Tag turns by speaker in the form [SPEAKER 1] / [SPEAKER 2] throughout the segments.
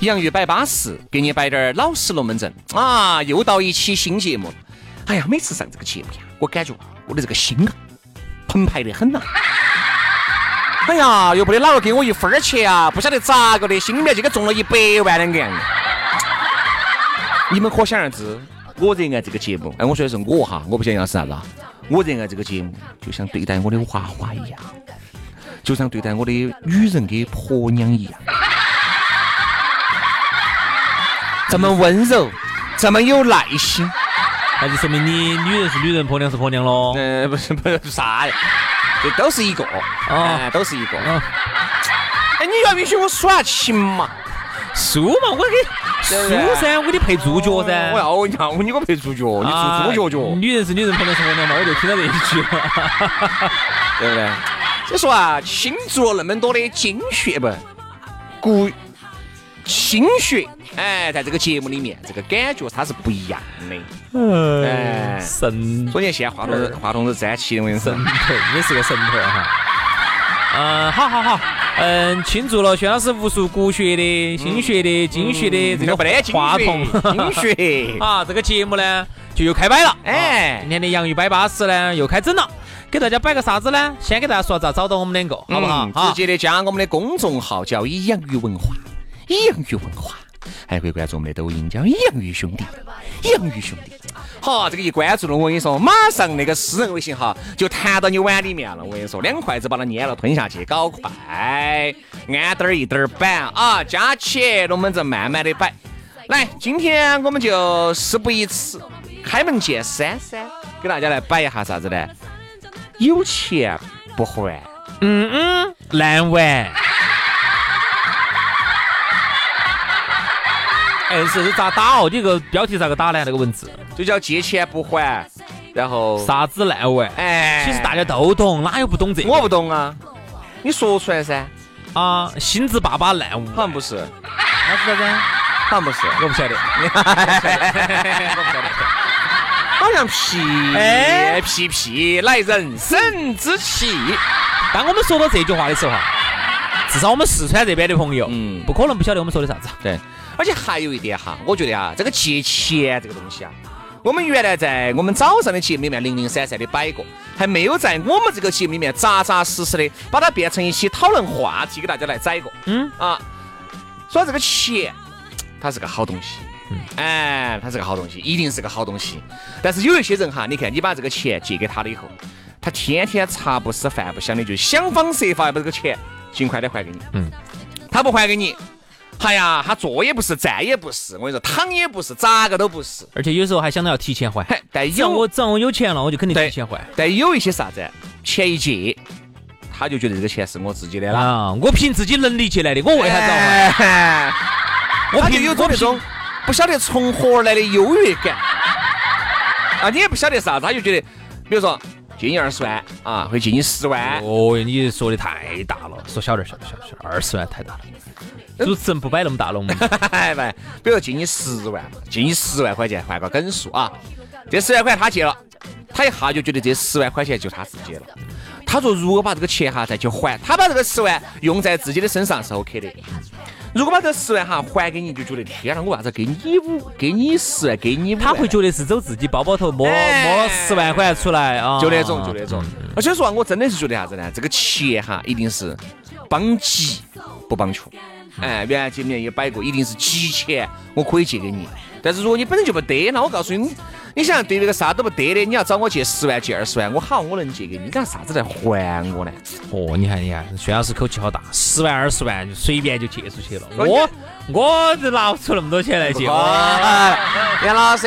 [SPEAKER 1] 洋芋摆巴适，给你摆点儿老实龙门阵啊！又到一期新节目了，哎呀，每次上这个节目呀，我感觉我的这个心啊，澎湃得很呐、 哎呀，又不得哪个给我一分儿钱啊，不晓得咋个的，心里面就跟中了一百万两个样子。你们可想而知，我热爱这个节目。哎，我说的是我哈，我不晓得杨老师啥子啊，我热爱这个节目，就像对待我的娃娃一样，就像对待我的女人的婆娘一样。这么温柔，这么有耐心。
[SPEAKER 2] 那就说明你女人是女人，婆娘是婆娘喽。
[SPEAKER 1] 呃， 不是不是啥呀，这都是一个，哎，都是一个。
[SPEAKER 2] 哦
[SPEAKER 1] 哎，你要允许我耍琴嘛？
[SPEAKER 2] 输嘛，我给
[SPEAKER 1] 对
[SPEAKER 2] 输
[SPEAKER 1] 不对哦
[SPEAKER 2] 噻，我给你配猪脚噻。
[SPEAKER 1] 我要我要哎你给我配猪脚，你
[SPEAKER 2] 嗯啊
[SPEAKER 1] 猪猪脚脚，
[SPEAKER 2] 女人是女人，婆娘是婆娘嘛，我就听到这一句 了。
[SPEAKER 1] 对不对？所以说啊，倾注了那么多的精血吧，骨心血，哎，在这个节目里面，这个感觉它是不一样的。哎
[SPEAKER 2] 神
[SPEAKER 1] 所以现在话筒话筒都粘起的，我跟你说
[SPEAKER 2] 神。头，你是个神头
[SPEAKER 1] 啊
[SPEAKER 2] 哈。嗯，好好好，嗯，倾注了薛老师无数骨血的、心血的、精血的这个
[SPEAKER 1] 不嗯得精
[SPEAKER 2] 话筒。
[SPEAKER 1] 血，精血
[SPEAKER 2] 啊，这个节目呢就又开摆了。
[SPEAKER 1] 哎
[SPEAKER 2] 今天的洋芋摆巴士呢又开整了，给大家摆个啥子呢？先给大家说咋找到我们两个，好不好？
[SPEAKER 1] 嗯
[SPEAKER 2] 啊
[SPEAKER 1] 直接的加我们的公众号叫“以养鱼文化”，以养鱼文化，哎还可以关注我们的抖音叫“以养鱼兄弟”，以养鱼兄弟。好，这个一关注了，我跟你说，马上那个私人微信号就弹到你碗里面了。我跟你说，两筷子把它捏了吞下去，搞快，安点儿一点儿板啊，加起龙门阵慢慢的摆。来，今天我们就事不宜迟，开门见山山，给大家来摆一下啥子呢？有钱不还。
[SPEAKER 2] 嗯嗯，难玩。哎，是是咋打哦？你这个标题咋个打呢？那个文字
[SPEAKER 1] 就叫借钱不还，然后？
[SPEAKER 2] 啥子烂玩？
[SPEAKER 1] 哎，
[SPEAKER 2] 其实大家都懂，哪有不懂这个？
[SPEAKER 1] 我不懂啊，你说出来噻，
[SPEAKER 2] 啊，心智爸爸烂玩，
[SPEAKER 1] 好像不是，
[SPEAKER 2] 啥子啥子？
[SPEAKER 1] 好像不是，
[SPEAKER 2] 我不 晓得，我不晓得。
[SPEAKER 1] 好像屁，
[SPEAKER 2] 哎
[SPEAKER 1] 屁屁乃人生之气，
[SPEAKER 2] 当我们说到这句话的时候哈，至少我们四川这边的朋友，
[SPEAKER 1] 嗯
[SPEAKER 2] 嗯，不可能不晓得我们说的啥子。啊
[SPEAKER 1] 对，而且还有一点哈，我觉得啊，这个借钱这个东西啊。我们原来在我们早上的节目里面零零散散的摆过，还没有在我们这个节目里面扎扎实实的把它变成一期讨论话题给大家来宰过。
[SPEAKER 2] 嗯
[SPEAKER 1] 啊，所以这个钱，它是个好东西。
[SPEAKER 2] 嗯
[SPEAKER 1] 哎，它是个好东西，一定是个好东西。但是有一些人哈，你看你把这个钱借给他了以后，他天天茶不思饭不想的，就想方设法要把这个钱尽快的还给你。
[SPEAKER 2] 嗯，
[SPEAKER 1] 他不还给你，哎呀，他坐也不是，站也不是，我跟你说，躺也不是，咋个都不是。
[SPEAKER 2] 而且有时候还想到要提前还，
[SPEAKER 1] 嘿，但
[SPEAKER 2] 只要我
[SPEAKER 1] 有
[SPEAKER 2] 只要我有钱了，我就肯定
[SPEAKER 1] 对
[SPEAKER 2] 提前还。
[SPEAKER 1] 但有一些啥子，钱一借，他就觉得这个钱是我自己的了。
[SPEAKER 2] 啊，我凭自己能力借来的，我为啥子要还？
[SPEAKER 1] 哎
[SPEAKER 2] 我
[SPEAKER 1] 他就
[SPEAKER 2] 凭
[SPEAKER 1] 有
[SPEAKER 2] 我
[SPEAKER 1] 种那
[SPEAKER 2] 凭
[SPEAKER 1] 种不晓得从何而来的优越感啊！你也不晓得啥子，他就觉得，比如说借你二十万啊，会借你十万，
[SPEAKER 2] 哦，你说的太大了，说小点儿，小点儿，小点儿小点儿，二十万太大了。主持人不摆那么大龙门阵，
[SPEAKER 1] 哎喂，比如说借你十万，借你十万块钱换个整数啊，这十万块他借了，他一下就觉得这十万块钱就他自己了。他说，如果把这个钱哈再去还，他把这个十万用在自己的身上是 OK 的。如果把这十万哈还给你，就觉得天哪，我为啥子给你五，给你十万，给你五万呢？
[SPEAKER 2] 他会觉得是走自己包包头摸摸了十万块出来啊，嗯
[SPEAKER 1] 啊就那种，就那种。而且说啊，我真的是觉得啥子呢？这个钱哈，一定是帮急不帮
[SPEAKER 2] 嗯
[SPEAKER 1] 穷。哎，原来节目里面也摆过，一定是急钱我可以借给你，但是如果你本身就没得，那我告诉你，你想对那个啥都不得的，你要找我借十万、借二十万，我好我能借给你，你干啥子来还我呢？
[SPEAKER 2] 哦，你看，你看，薛老师口气好大，十万二十万就随便就借出去了。我我这拿不出那么多钱来借。
[SPEAKER 1] 哦，杨老师，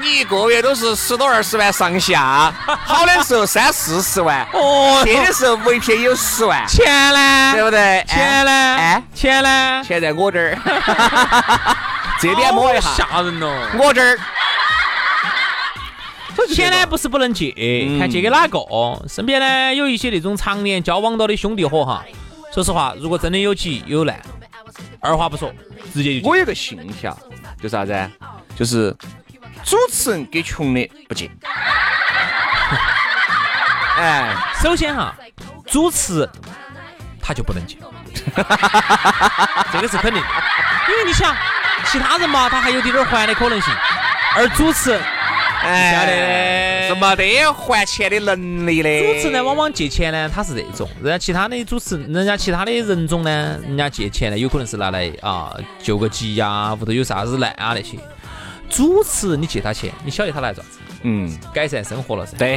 [SPEAKER 1] 你一个月都是十多二十万上下，好的时候三四十万，
[SPEAKER 2] 哦，
[SPEAKER 1] 撇的时候一撇有十万，
[SPEAKER 2] 钱呢？
[SPEAKER 1] 对不对？
[SPEAKER 2] 钱呢？
[SPEAKER 1] 哎，
[SPEAKER 2] 钱呢？
[SPEAKER 1] 钱在我这 儿，这边摸一下，
[SPEAKER 2] 吓人哦。
[SPEAKER 1] 我这儿。
[SPEAKER 2] 钱呢不是不能借，看借给哪个。身边呢有一些那种常年交往到的兄弟伙哈，说实话，如果真的有急有难，二话不说直接就借。
[SPEAKER 1] 我有个信条，就啥子啊？就是主持人给穷的不借。 哎，
[SPEAKER 2] 首先哈，主持人他就不能借，这个是肯定的，因为你想其他人嘛，他还有点点还的可能性，而主持人
[SPEAKER 1] 哎，
[SPEAKER 2] 晓
[SPEAKER 1] 是
[SPEAKER 2] 得
[SPEAKER 1] 没得还钱的能力的。
[SPEAKER 2] 主持呢，往往借钱呢，他是这种，人家其他的主持，人家其他的人种呢，人家借钱呢，有可能是拿来啊救个急呀、屋头有啥子难啊那些。主持你借他钱，你晓得他来咋子？
[SPEAKER 1] 嗯，
[SPEAKER 2] 改善生活了噻，
[SPEAKER 1] 对，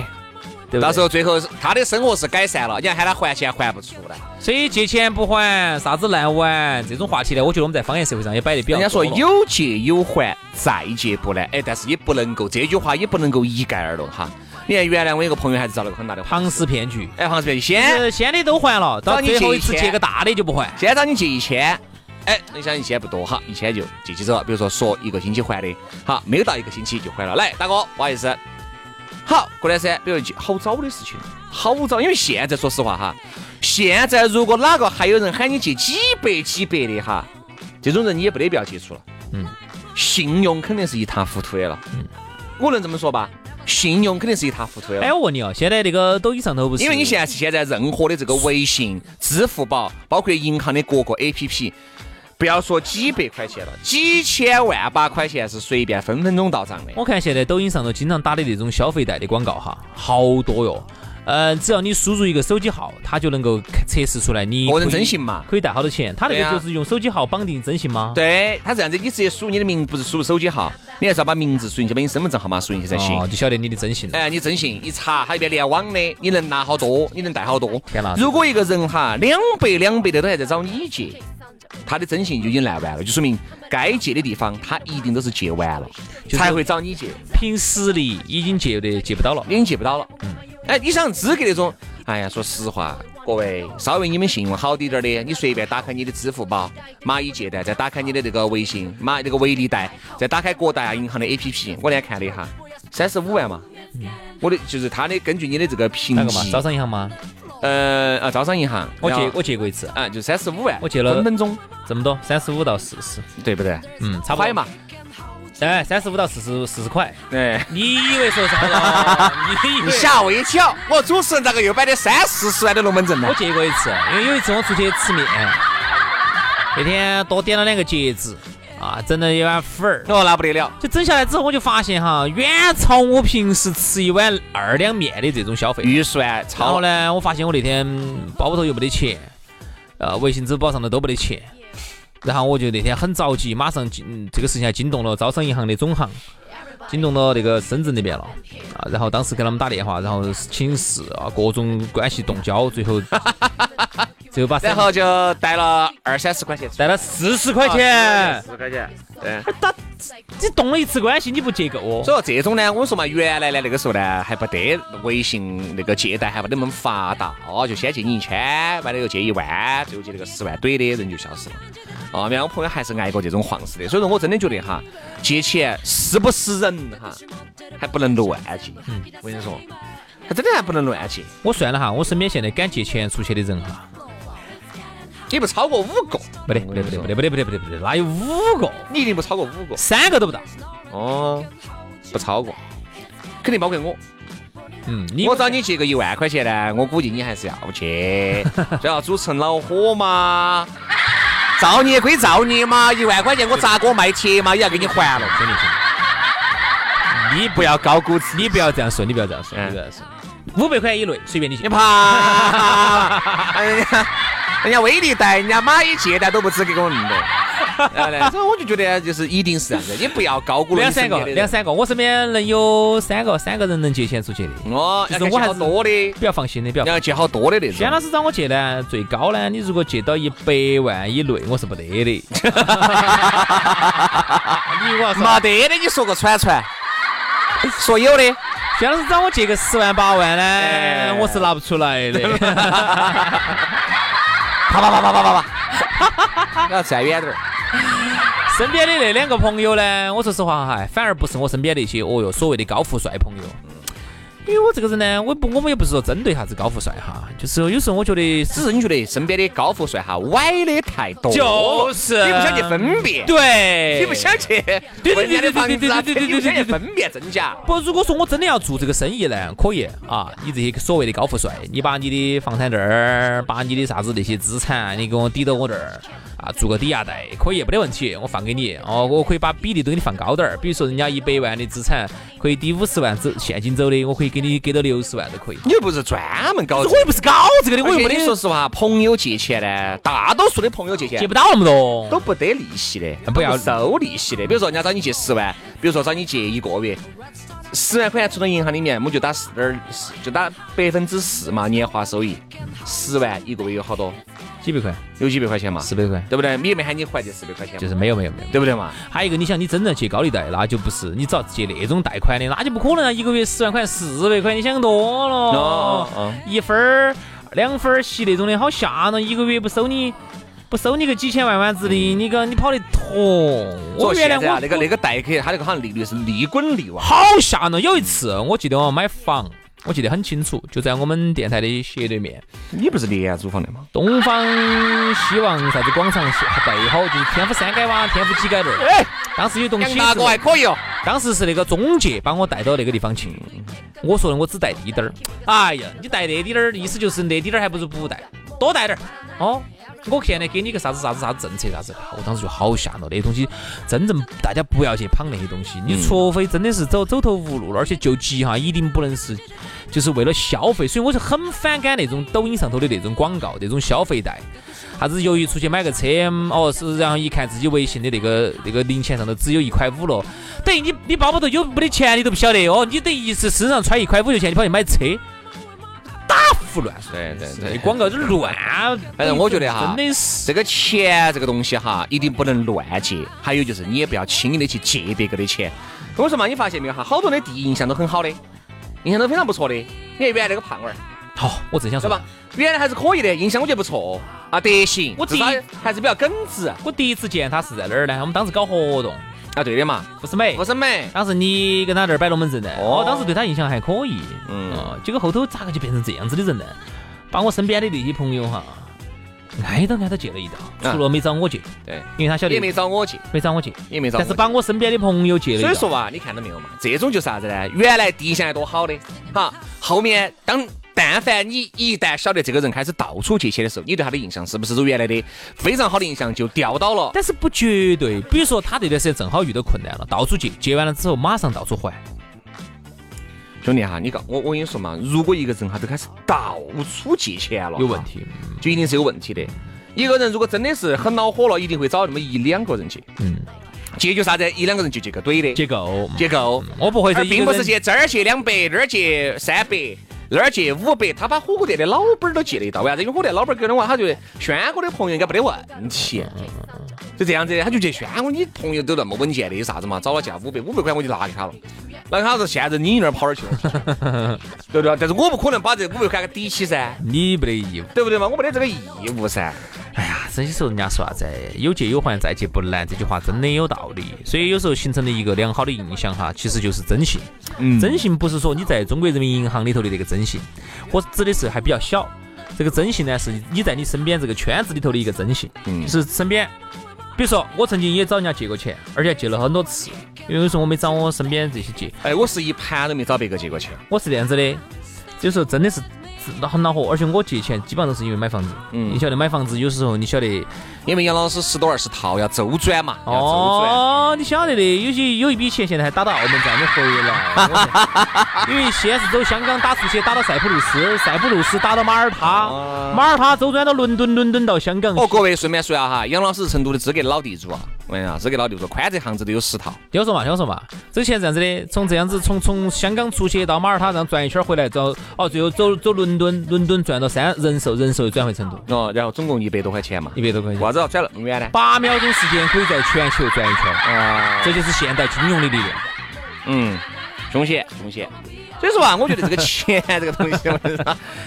[SPEAKER 2] 对不对？
[SPEAKER 1] 到时候最后是他的生活是改善了，你要喊他还钱还不出来。
[SPEAKER 2] 所以借钱不还，啥子烂玩这种话题呢，我觉得我们在方言社会上也摆得比较
[SPEAKER 1] 人
[SPEAKER 2] 多
[SPEAKER 1] 家
[SPEAKER 2] 了。
[SPEAKER 1] 说有借有还，再借不难。哎，但是也不能够这句话也不能够一概而论哈。你看原来我有个朋友还是遭了个很大的
[SPEAKER 2] 庞氏骗局，
[SPEAKER 1] 哎，好像是先
[SPEAKER 2] 是先的都还了，到
[SPEAKER 1] 找你
[SPEAKER 2] 最后
[SPEAKER 1] 借
[SPEAKER 2] 一次
[SPEAKER 1] 钱
[SPEAKER 2] 借个大的就不还。
[SPEAKER 1] 先找你借一千，哎，你想一千不多哈，一千就借起走了。比如说说一个星期还的，好，没有到一个星期就还了。来，大哥，不好意思，好，过段时间，比如好早的事情，好早，因为现在说实话哈，现在如果哪个还有人喊你借几百几百的哈，这种人你也没得必要接触了。
[SPEAKER 2] 嗯，
[SPEAKER 1] 信用肯定是一塌糊涂的了。嗯，我能这么说吧？信用肯定是一塌糊涂的了。
[SPEAKER 2] 哎，我问你哦，现在那个抖音上头不是？
[SPEAKER 1] 因为你现在现在任何的这个微信、支付宝，包括银行的各个 APP，不要说几百块钱了，几千万把块钱是随便分分钟到账的。
[SPEAKER 2] 我看现在抖音上头经常打的那种消费贷的广告哈，好多哟。嗯、只要你输入一个手机号，它就能够测试出来你
[SPEAKER 1] 个
[SPEAKER 2] 可
[SPEAKER 1] 人
[SPEAKER 2] 以
[SPEAKER 1] 哦征信嘛
[SPEAKER 2] 可以贷好多钱。它那
[SPEAKER 1] 对
[SPEAKER 2] 个
[SPEAKER 1] 呀
[SPEAKER 2] 就是用手机号绑定征信吗？
[SPEAKER 1] 对，他这样子，你直接输入你的名，不是输入手机号，你还是要把名字输进去，把你身份证号码输进去才行。
[SPEAKER 2] 哦，就晓得你的征信了。
[SPEAKER 1] 哎，你征信一查，它一边联网的，你能拿好多，你能贷好多。
[SPEAKER 2] 天哪
[SPEAKER 1] 如果一个人哈两百两百的都还在找你借，他的征信就已经烂完了，就说明该借的地方他一定都是借完了，
[SPEAKER 2] 就是
[SPEAKER 1] 才会找你借。
[SPEAKER 2] 凭实力已经借的借不到了
[SPEAKER 1] 已。经借不到了。
[SPEAKER 2] 嗯
[SPEAKER 1] 哎，你想资格那种，哎呀，说实话，各位稍微你们信用好滴点儿的，你随便打开你的支付宝、蚂蚁借贷，再打开你的这个微信、蚂那个微利贷，再打开国贷银行的 APP，我那天看了一下，三十五万嘛。我的就是他的，根据你的这个
[SPEAKER 2] 嗯
[SPEAKER 1] 评
[SPEAKER 2] 哪个嘛？
[SPEAKER 1] 级
[SPEAKER 2] 招，商银行吗？
[SPEAKER 1] 呃嗯啊，招商银行，
[SPEAKER 2] 我借
[SPEAKER 1] 然后
[SPEAKER 2] 我借过一次，
[SPEAKER 1] 啊，就三十五万，
[SPEAKER 2] 我借了
[SPEAKER 1] 分分钟，
[SPEAKER 2] 这么多，三十五到四十，
[SPEAKER 1] 对不对？
[SPEAKER 2] 嗯，差不嗯多
[SPEAKER 1] 他快嘛，，
[SPEAKER 2] 哎，三十五到四十四十块。
[SPEAKER 1] 哎，
[SPEAKER 2] 你以为说啥了？你以
[SPEAKER 1] 你
[SPEAKER 2] 为？
[SPEAKER 1] 吓我一跳，我主持人咋个又摆的三四十万的龙门阵呢
[SPEAKER 2] 我？借过一次，因为有一次我出去吃面，那天多点了两个茄子啊，整了一碗粉儿，
[SPEAKER 1] 哦，那不得了，
[SPEAKER 2] 就整下来之后我就发现哈，远超我平时吃一碗二两面的这种消费。
[SPEAKER 1] 预算
[SPEAKER 2] 然
[SPEAKER 1] 超
[SPEAKER 2] 后
[SPEAKER 1] 了，
[SPEAKER 2] 呢，我发现我那天嗯包头又没得钱，呃，微信、支付宝上头都没得钱。然后我就那天很着急，马上惊、嗯这个事情还惊动了招商银行的总行，惊动到那个深圳那边了啊。然后当时给他们打电话，然后请示啊，各种关系动交，最后最后把
[SPEAKER 1] 然后就带了二三十块钱出来。
[SPEAKER 2] 带了四十块钱，
[SPEAKER 1] 十块钱。对，
[SPEAKER 2] 你动了一次关系你不结够哦。
[SPEAKER 1] 所以说这种呢，我说嘛，原来呢那个时候呢还不得微信那个借贷还不得那么发达哦，就先借你一千，完了又借一万，最后借了个十万怼的人就消失了。哦，然后我朋友还是挨过这种黄事的，所以说我真的觉得哈，借钱是不是人哈，还不能乱借。嗯，我跟你说，还真的还不能乱借，
[SPEAKER 2] 我算了哈，我身边现在敢借钱出去的人哈，
[SPEAKER 1] 你不超过五个，
[SPEAKER 2] 没得没得没得没得没得没得没得没得，哪有五个？
[SPEAKER 1] 你一定不超过五个。
[SPEAKER 2] 三个都不到。
[SPEAKER 1] 哦，不超过，肯定包括我。
[SPEAKER 2] 嗯，你
[SPEAKER 1] 我找你借个一万块钱呢，我估计你还是要借。主要主持人恼火嘛，造孽归造孽嘛，一万块钱我砸锅卖铁嘛，也要给你还了。
[SPEAKER 2] 兄弟兄弟，你不要高估自，你不要这样说，你不要这样说，
[SPEAKER 1] 嗯
[SPEAKER 2] 你不要这样说。五百块以内随便你
[SPEAKER 1] 你
[SPEAKER 2] 借，
[SPEAKER 1] 怕？哎呀，人家威力贷，人家蚂蚁借贷都不止给我那么多。然后呢，所以我就觉得就是一定是这样子，你不要高估了
[SPEAKER 2] 两
[SPEAKER 1] 你身
[SPEAKER 2] 三
[SPEAKER 1] 边
[SPEAKER 2] 个，
[SPEAKER 1] 的
[SPEAKER 2] 两
[SPEAKER 1] 人。
[SPEAKER 2] 三个，我身边能有三个，三个人能借钱出去的，
[SPEAKER 1] 哦，
[SPEAKER 2] 其
[SPEAKER 1] 要
[SPEAKER 2] 实
[SPEAKER 1] 看
[SPEAKER 2] 我还
[SPEAKER 1] 好
[SPEAKER 2] 是
[SPEAKER 1] 多的，
[SPEAKER 2] 比较放心的，比较
[SPEAKER 1] 你。要借好多的那
[SPEAKER 2] 轩老
[SPEAKER 1] 种。
[SPEAKER 2] 师找我借呢，最高呢，你如果借到一百万以内，我是没 得的。你我说，
[SPEAKER 1] 没得的，你说个串串。说有的，
[SPEAKER 2] 轩老师找我借个十万八万
[SPEAKER 1] 哎
[SPEAKER 2] 呢，我是拿不出来的。
[SPEAKER 1] 啪啪啪啪啪啪啪， 要站远点儿。
[SPEAKER 2] 身边的那两个朋友呢，我说实话哈，反而不是我身边那些哦哟所谓的高富帅朋友。因为我这个人呢，我不，我们也不是说针对啥子高富帅哈，就是有时候我觉得
[SPEAKER 1] 只是你觉得身边的高富帅哈，歪的太多，
[SPEAKER 2] 就是
[SPEAKER 1] 哦你不想去分辨，
[SPEAKER 2] 对，
[SPEAKER 1] 你不想去
[SPEAKER 2] 对对对
[SPEAKER 1] 问人家的房子啊，
[SPEAKER 2] 对对对对
[SPEAKER 1] 你不想
[SPEAKER 2] 对对
[SPEAKER 1] 去
[SPEAKER 2] 对
[SPEAKER 1] 分辨真假。
[SPEAKER 2] 不，如果说我真的要做这个生意呢，可以啊，你这些所谓的高富帅，你把你的房产证儿，把你的啥子那些资产，你给我抵到我这儿啊，做个抵押贷，可以，没得问题，我放给你哦，我可以把比例都给你放高点儿，比如说人家一百万的资产可以抵五十万走现金走的，我可以给你给到六十万都可以。
[SPEAKER 1] 你又不是专门搞这个，
[SPEAKER 2] 我又不是搞这个的，我又
[SPEAKER 1] 我
[SPEAKER 2] 没
[SPEAKER 1] 跟你
[SPEAKER 2] 得
[SPEAKER 1] 说实话，朋友借钱呢，大多数的朋友借钱
[SPEAKER 2] 借不到那么多，
[SPEAKER 1] 都不得利息的，
[SPEAKER 2] 不要
[SPEAKER 1] 都收利息的。比如说人家找你借十万，比如说找你借一个月，十万块钱存到银行里面，我们就打四点，就打百分之四嘛，年化收益，十万一个月有好多，
[SPEAKER 2] 几百块，
[SPEAKER 1] 有几百块钱嘛，
[SPEAKER 2] 四百块，
[SPEAKER 1] 对不对？你也没喊你还这四百块钱
[SPEAKER 2] 就
[SPEAKER 1] 嘛，
[SPEAKER 2] 是没有没有没有。
[SPEAKER 1] 对不对嘛？
[SPEAKER 2] 还有一个，你想，你真正借高利贷，那就不是，你只要借那种贷款的，那就不可能啊！一个月十万块、四百块，你想多了。
[SPEAKER 1] 哦哦
[SPEAKER 2] 一分儿、两分儿息那种的，好吓人！一个月不收你，不收你个几千万万子的，
[SPEAKER 1] 嗯
[SPEAKER 2] 你个你跑得脱。我
[SPEAKER 1] 说
[SPEAKER 2] 原
[SPEAKER 1] 现
[SPEAKER 2] 来
[SPEAKER 1] 在啊
[SPEAKER 2] 我，
[SPEAKER 1] 那个那个贷款，它那个好像利率是利滚利哇。
[SPEAKER 2] 好吓人！有一次，我记得我买房，我记得很清楚，就在我们电台的斜对面，
[SPEAKER 1] 你不是廉租房的吗？
[SPEAKER 2] 东方希望啥子广场背后，就是天府三街哇、天府几街那儿。
[SPEAKER 1] 哎，
[SPEAKER 2] 当时有栋
[SPEAKER 1] 杨
[SPEAKER 2] 起
[SPEAKER 1] 大哥还可以哦。
[SPEAKER 2] 当时是那个中介把我带到那个地方去，我说的我只带滴点儿。哎呀，你带那滴点儿，意思就是那滴点儿还不如不带，多带点儿。哦，我现在给你个啥子啥子啥子政策啥子，我当时就好吓了。那些东西真正大家不要去捧那些东西，你除非真的是走走投无路了，而且救急哈，一定不能是就是为了消费。所以我是很反感那种抖音上头的那种广告，那种消费贷。啥子由于出去买个车，嗯哦是，然后一看自己微信的那个那个零钱上头只有一块五了，等于你你包包头有没得钱你都不晓得哦，你等于一次身上揣一块五就钱，你跑去买车，打胡乱说，
[SPEAKER 1] 对对
[SPEAKER 2] 那广告有点乱。哎
[SPEAKER 1] 反正我觉得哈
[SPEAKER 2] 真的是
[SPEAKER 1] 这个钱这个东西哈，一定不能乱借。还有就是，你也不要轻易的去借别个的钱。我说嘛，你发现没有哈，好多人的第一印象都很好的，印象都非常不错的。你看原来那个胖娃儿，
[SPEAKER 2] 好，我正想
[SPEAKER 1] 对
[SPEAKER 2] 说
[SPEAKER 1] 吧，？原来还是可以的，印象我觉得不错啊，德行，
[SPEAKER 2] 我
[SPEAKER 1] 至
[SPEAKER 2] 第一
[SPEAKER 1] 少还是比较耿直
[SPEAKER 2] 我第一次见他是在哪儿呢？我们当时搞活动，
[SPEAKER 1] 啊，对的嘛，
[SPEAKER 2] 不是美
[SPEAKER 1] 不。是美。
[SPEAKER 2] 当时你跟他那儿摆龙门阵的，
[SPEAKER 1] 哦
[SPEAKER 2] 我当时对他印象还可以，
[SPEAKER 1] 嗯
[SPEAKER 2] 嗯，结果后头咋个就变成这样子的人呢？把我身边的那些朋友哈，挨到挨到借了一道，
[SPEAKER 1] 啊
[SPEAKER 2] 除了没找我借，
[SPEAKER 1] 对，
[SPEAKER 2] 因为他晓
[SPEAKER 1] 也
[SPEAKER 2] 得
[SPEAKER 1] 没找我借，
[SPEAKER 2] 没找我借，
[SPEAKER 1] 也没找我
[SPEAKER 2] 但
[SPEAKER 1] 借。
[SPEAKER 2] 是把我身边的朋友借了一
[SPEAKER 1] 所
[SPEAKER 2] 道。
[SPEAKER 1] 以说嘛，你看到没有嘛？这种就是啥子呢？原来第一印象还多好的，哈，后面当但凡你一旦晓得这个人开始到处借钱的时候，你对他的印象是不是从原来的非常好的印象就掉到了？
[SPEAKER 2] 但是不绝对。比如说他这段时间正好遇到困难了，到处借，借完了之后马上到处还。
[SPEAKER 1] 兄弟哈，你告我，我跟你说嘛，如果一个人哈都开始到处借钱了，
[SPEAKER 2] 有问，题，嗯
[SPEAKER 1] 就一定是有问题的。一个人如果真的是很恼火了，一定会找那么一两个人借，
[SPEAKER 2] 嗯，
[SPEAKER 1] 借就啥子？一两个人就借个怼的，
[SPEAKER 2] 借够。
[SPEAKER 1] 借够。
[SPEAKER 2] 嗯我不会
[SPEAKER 1] 而
[SPEAKER 2] 是一
[SPEAKER 1] 并
[SPEAKER 2] 个
[SPEAKER 1] 不是
[SPEAKER 2] 人，
[SPEAKER 1] 借这儿借两百，那儿借三百，那儿借五百，他把火锅店的老板儿都借了一道，为啥子？因为火锅店老板儿跟的话，他觉得轩哥的朋友应该没得问题，就这样子，他就觉得轩哥你朋友都那么稳健的，有啥子嘛？找了借五百，五百块我就拿给他了，拿给他说现在你那儿跑哪儿去了？ 对不对？但是我不可能把这五百块给抵起噻，
[SPEAKER 2] 你没得义务。
[SPEAKER 1] 对不对嘛？我没得这个义务噻。
[SPEAKER 2] 哎呀，这些时候人家说啥子，有借有还，再借不难，这句话真的有道理。所以有时候形成了一个良好的印象哈，其实就是征信。
[SPEAKER 1] 嗯
[SPEAKER 2] 征信不是说你在中国人民银行里头的这个征信，我指的是还比较小。这个征信呢，是你在你身边这个圈子里头的一个征信，
[SPEAKER 1] 嗯
[SPEAKER 2] 是身边。比如说，我曾经也找人家借过钱，而且借了很多次，因为有时候我没找我身边这些借，
[SPEAKER 1] 哎，我是一盘都没找别个借过钱，
[SPEAKER 2] 我是这样子的，有时候真的是很恼火，而且我借钱基本上都是因为买房子。
[SPEAKER 1] 嗯
[SPEAKER 2] 你晓得买房子有时候你晓得
[SPEAKER 1] 因为杨老师十多二十套要周转嘛，要周转。
[SPEAKER 2] 哦，你晓得的，有些有一笔钱现在还打到澳门站没回来，因为先是走香港打出去，打到塞浦路斯，塞浦路斯打到马耳他，马耳他周转到伦敦，伦敦到香港，
[SPEAKER 1] 哦，各位顺便说一下哈，杨老师是成都的资格老地主啊！我跟你讲，资格老地主，宽窄巷子都有十套。
[SPEAKER 2] 听我说嘛，听我说嘛，之前这样子的，从这样子从从香港出去到马耳他，这样转一圈回来，走哦，最后走走伦敦，伦敦转到三人寿，人寿又转回成都，
[SPEAKER 1] 哦，然后总共一百多块钱嘛。
[SPEAKER 2] 一百多块钱，
[SPEAKER 1] 啥子要转那么远呢？
[SPEAKER 2] 八秒钟时间可以在全球转一圈，
[SPEAKER 1] 啊，
[SPEAKER 2] 这就是现代金融的力量。
[SPEAKER 1] 嗯，凶险，凶险。所以说啊，我觉得这个钱 这个东西，我跟你说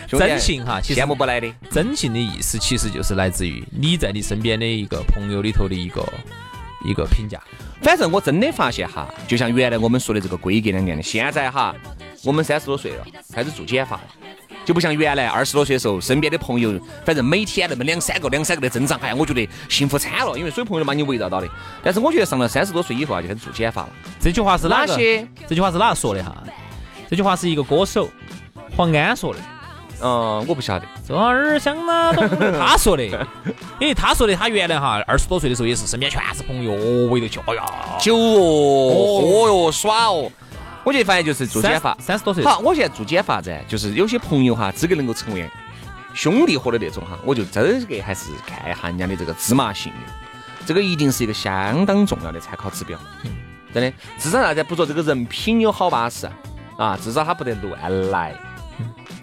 [SPEAKER 1] 凶险
[SPEAKER 2] 真性哈其实
[SPEAKER 1] 羡慕不来的。
[SPEAKER 2] 真情的意思其实就是来自于你在你身边的一个朋友里头的一个一个评价。
[SPEAKER 1] 反正我真的发现哈，就像原来我们说的这个规格两年的，现在哈，我们三十多岁了，开始做减法了，就不像原来二十多岁的时候，身边的朋友，反正每天那么两三个、两三个的增长，哎呀，我觉得幸福惨了，因为所有朋友都把你围绕到的。但是我觉得上了三十多岁以后啊，就开始做减法了。
[SPEAKER 2] 这句话是哪
[SPEAKER 1] 哪
[SPEAKER 2] 个？
[SPEAKER 1] 些？
[SPEAKER 2] 这句话是哪个说的哈？这句话是一个歌手黄安说的。
[SPEAKER 1] 嗯，我不晓得。
[SPEAKER 2] 左耳想那 东，他说的，因为他说的，他原来哈二十多岁的时候也是身边全是朋友，哦围着去，哎呀，
[SPEAKER 1] 酒哦，哦哟，耍哦。我就发现就是做减法。
[SPEAKER 2] 三十多岁，
[SPEAKER 1] 好，我现在做减法噻，就是有些朋友哈，资格能够成为兄弟伙的那种哈，我就真个还是看一下人家的这个芝麻信用，这个一定是一个相当重要的参考指标。真的，至少啥子？不说这个人品有好巴适啊，至少他不得乱来，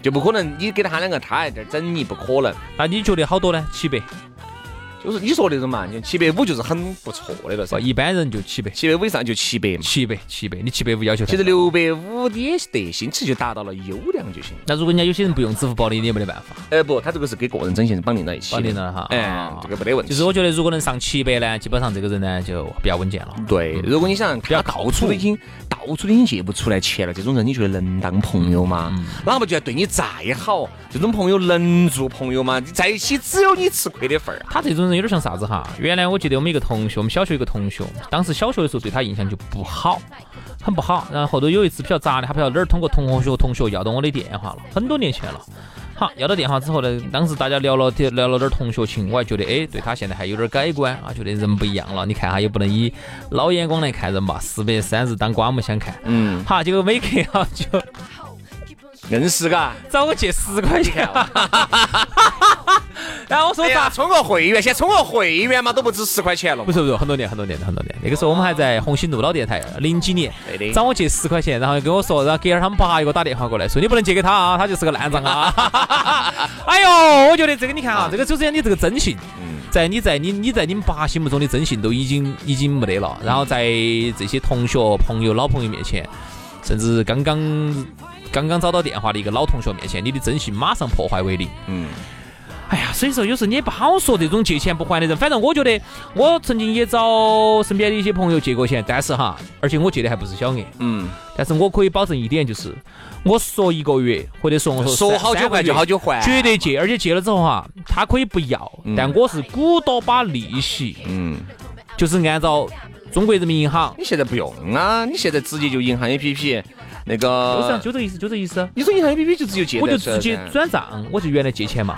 [SPEAKER 1] 就不可能你给他两个他还在这儿整你，不可能。
[SPEAKER 2] 那你觉得好多呢？七百，
[SPEAKER 1] 就是你说那种嘛，你七百五就是很不错的了
[SPEAKER 2] 不，
[SPEAKER 1] 噻，
[SPEAKER 2] 一般人就七百，
[SPEAKER 1] 七百五以上就七百嘛。
[SPEAKER 2] 七百，七百，你七百五要求太
[SPEAKER 1] 其
[SPEAKER 2] 高
[SPEAKER 1] 实
[SPEAKER 2] 了。
[SPEAKER 1] 六百五的德行，其实就达到了优良就行了。
[SPEAKER 2] 那如果人家有些人不用支付宝的，你也没得办法。
[SPEAKER 1] 呃，不，他这个是跟个人征信是绑定到一起的，
[SPEAKER 2] 绑定了哈
[SPEAKER 1] 哎
[SPEAKER 2] 啊，
[SPEAKER 1] 这个没得问题。
[SPEAKER 2] 就是我觉得如果能上七百呢，基本上这个人呢就比较稳健了。
[SPEAKER 1] 对，如果你想他到处都已经到处都已经借不出来钱了，这种人你觉得能当朋友吗？哪怕就算对你再好，这种朋友能做朋友吗？你在一起只有你吃亏的份儿啊。
[SPEAKER 2] 他这种人有点像啥子哈？原来我记得我们一个同学，我们小学一个同学，当时小学的时候对他印象就不好，很不好。然后后头有一次比较咋的，他不晓得哪儿通过同学同学要到我的电话了，很多年前了。好，要到电话之后呢，当时大家聊了聊了点同学情，我还觉得哎，对他现在还有点改观啊，觉得人不一样了。你看哈，也不能以老眼光来看人吧，四百三十当刮目相看。
[SPEAKER 1] 嗯，
[SPEAKER 2] 好，结果没隔好久
[SPEAKER 1] 硬是嘎。
[SPEAKER 2] 找我借十块
[SPEAKER 1] 你看
[SPEAKER 2] 钱，
[SPEAKER 1] 啊，
[SPEAKER 2] 然后我说
[SPEAKER 1] 哎呀，
[SPEAKER 2] 咋
[SPEAKER 1] 充个会员，先充个会员嘛，都不止十块钱 了
[SPEAKER 2] 不。是不是，很多年很多年很多年，那个时候我们还在红星路老电台，零几年
[SPEAKER 1] 对的
[SPEAKER 2] 找我借十块钱，然后跟我说，然后隔儿他们爸又给我打电话过来，说你不能借给他啊，他就是个烂账啊。哎呦，我觉得这个你看啊，这个首先你这个真性，
[SPEAKER 1] 嗯
[SPEAKER 2] 在你在你你在你们爸心目中的真性都已经已经没得了，然后在这些同学、朋友、老朋友面前，甚至刚刚刚刚找到电话的一个老同学面前，你的真性马上破坏为零。
[SPEAKER 1] 嗯，
[SPEAKER 2] 哎呀，所以说有时候你也不好说这种借钱不还的人。反正我觉得，我曾经也找身边的一些朋友借过钱，但是哈，而且我借的还不是小额。
[SPEAKER 1] 嗯，
[SPEAKER 2] 但是我可以保证一点，就是我说一个月，或者说我说
[SPEAKER 1] 说
[SPEAKER 2] 三
[SPEAKER 1] 好久还就好，久还
[SPEAKER 2] 三。个月绝对借。而且借了之后哈，他可以不要，但我是鼓捣把利息，
[SPEAKER 1] 嗯。
[SPEAKER 2] 就是按照中国人民银行，
[SPEAKER 1] 你现在不用啊，你现在直接就银行 APP 那
[SPEAKER 2] 就这样，
[SPEAKER 1] 个，
[SPEAKER 2] 啊就这个意思，就这个意思。
[SPEAKER 1] 你说银行 APP 就直接呃借得
[SPEAKER 2] 我
[SPEAKER 1] 出来
[SPEAKER 2] 就
[SPEAKER 1] 噻，
[SPEAKER 2] 直接转账，我就原来借钱嘛。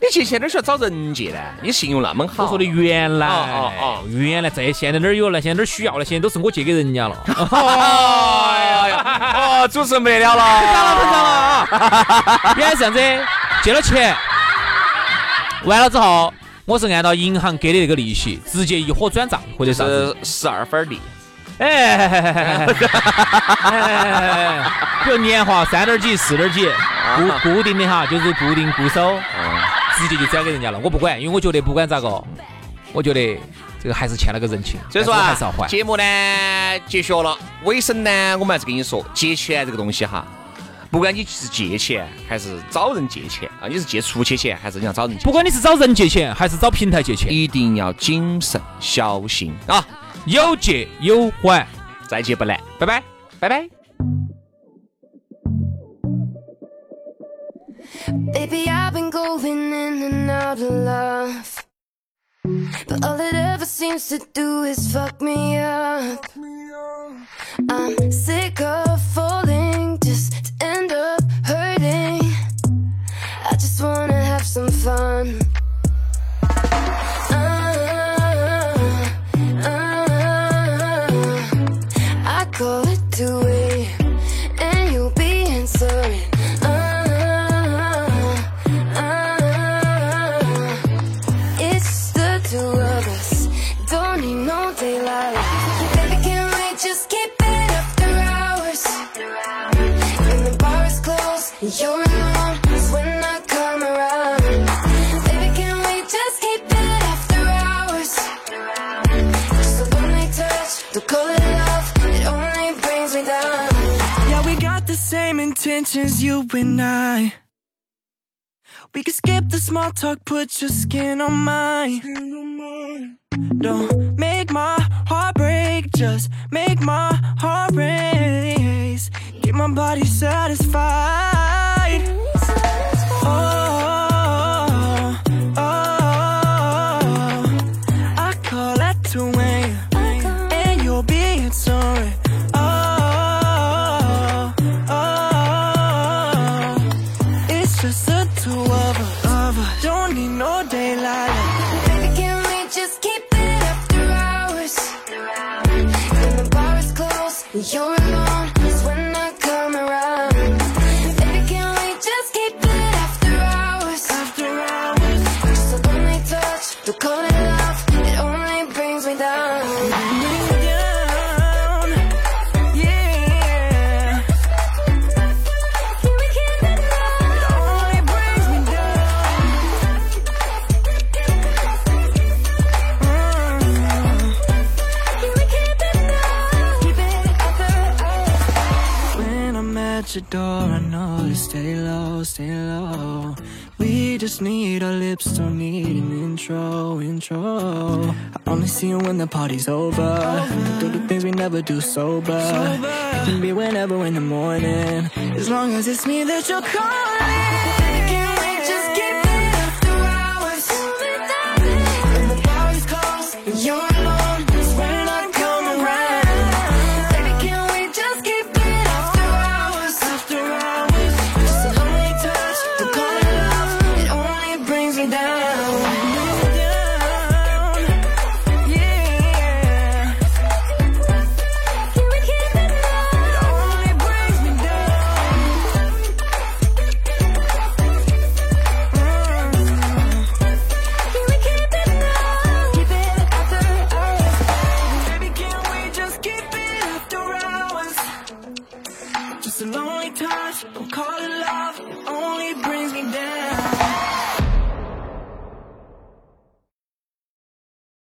[SPEAKER 1] 你借钱哪需要找人借呢？你信用那么好，
[SPEAKER 2] 我说的原来，
[SPEAKER 1] 哦哦哦
[SPEAKER 2] 原来这现在哪儿有了？现在哪儿需要了？现在都是我借给人家了。
[SPEAKER 1] 哎呀，哦，主持人没得了了，
[SPEAKER 2] 膨胀了，膨胀了啊！原来是这样子，借了钱，完了之后，我是按照银行给的那个利息，直接一伙转账或者啥子。
[SPEAKER 1] 是十二分儿利，
[SPEAKER 2] 哎哎哎哎哎哎！比如年化三点几、四点几，固固定的哈，就是固定固收，
[SPEAKER 1] 嗯
[SPEAKER 2] 直接就转给人家了。我不管，因为我觉得不管咋个，我觉得这个还是欠了个人情，
[SPEAKER 1] 所
[SPEAKER 2] 但
[SPEAKER 1] 以说
[SPEAKER 2] 是我还
[SPEAKER 1] 啊
[SPEAKER 2] 是要还，。
[SPEAKER 1] 节目呢结束了，尾声呢，我们还是跟你说，借钱这个东西哈，不管你是借钱还是找人借钱啊，你是借出去钱还是你要找人借
[SPEAKER 2] 不，管你是找人借钱还是找平台借钱，
[SPEAKER 1] 一定要谨慎小心啊，
[SPEAKER 2] 有借有还。
[SPEAKER 1] 再借不难。
[SPEAKER 2] 拜拜，拜拜。
[SPEAKER 3] Baby, I've been going in and out of love. But all it ever seems to do is fuck me up. I'm sick of falling just to end up hurting.
[SPEAKER 4] intentions, you and I. We can skip the small talk, put your skin on mine. Don't make my heart break, just make my heart race. Get my body satisfied. Oh, oh, oh. I call that to win, and you'll be sorry. Oh, oh, oh. it's just the two of us. Of us. Don't need no daylight.
[SPEAKER 3] Baby, can we just keep it after hours? When the bar is closed and you're alone, is when I come around. Baby, can we just keep it after hours? After hours, just a lonely touch. You call it love, it only brings me down.
[SPEAKER 4] Down, yeah.
[SPEAKER 3] we keep it
[SPEAKER 4] It Mm. only brings me down.
[SPEAKER 3] we keep it Keep it after hours.
[SPEAKER 4] When I'm at your door, I know to stay low, stay low. We just need our lips, don't need an intro, intro. I only see you when the party's over. Do the things we never do sober. It can be whenever in the morning, as long as it's me that you're calling.
[SPEAKER 3] Can we just keep it after hours? When the bar is closed and you're alone, is when I come around. Baby, can we just keep it after hours? After hours, just a lonely touch, the call it love, it only brings me down.
[SPEAKER 4] Down, yeah.
[SPEAKER 3] Can we keep it
[SPEAKER 4] It only brings me down.
[SPEAKER 3] Can we keep it Keep it after hours.
[SPEAKER 4] Baby, can we just keep it after hours? Just a lonely touch, don't call it love, it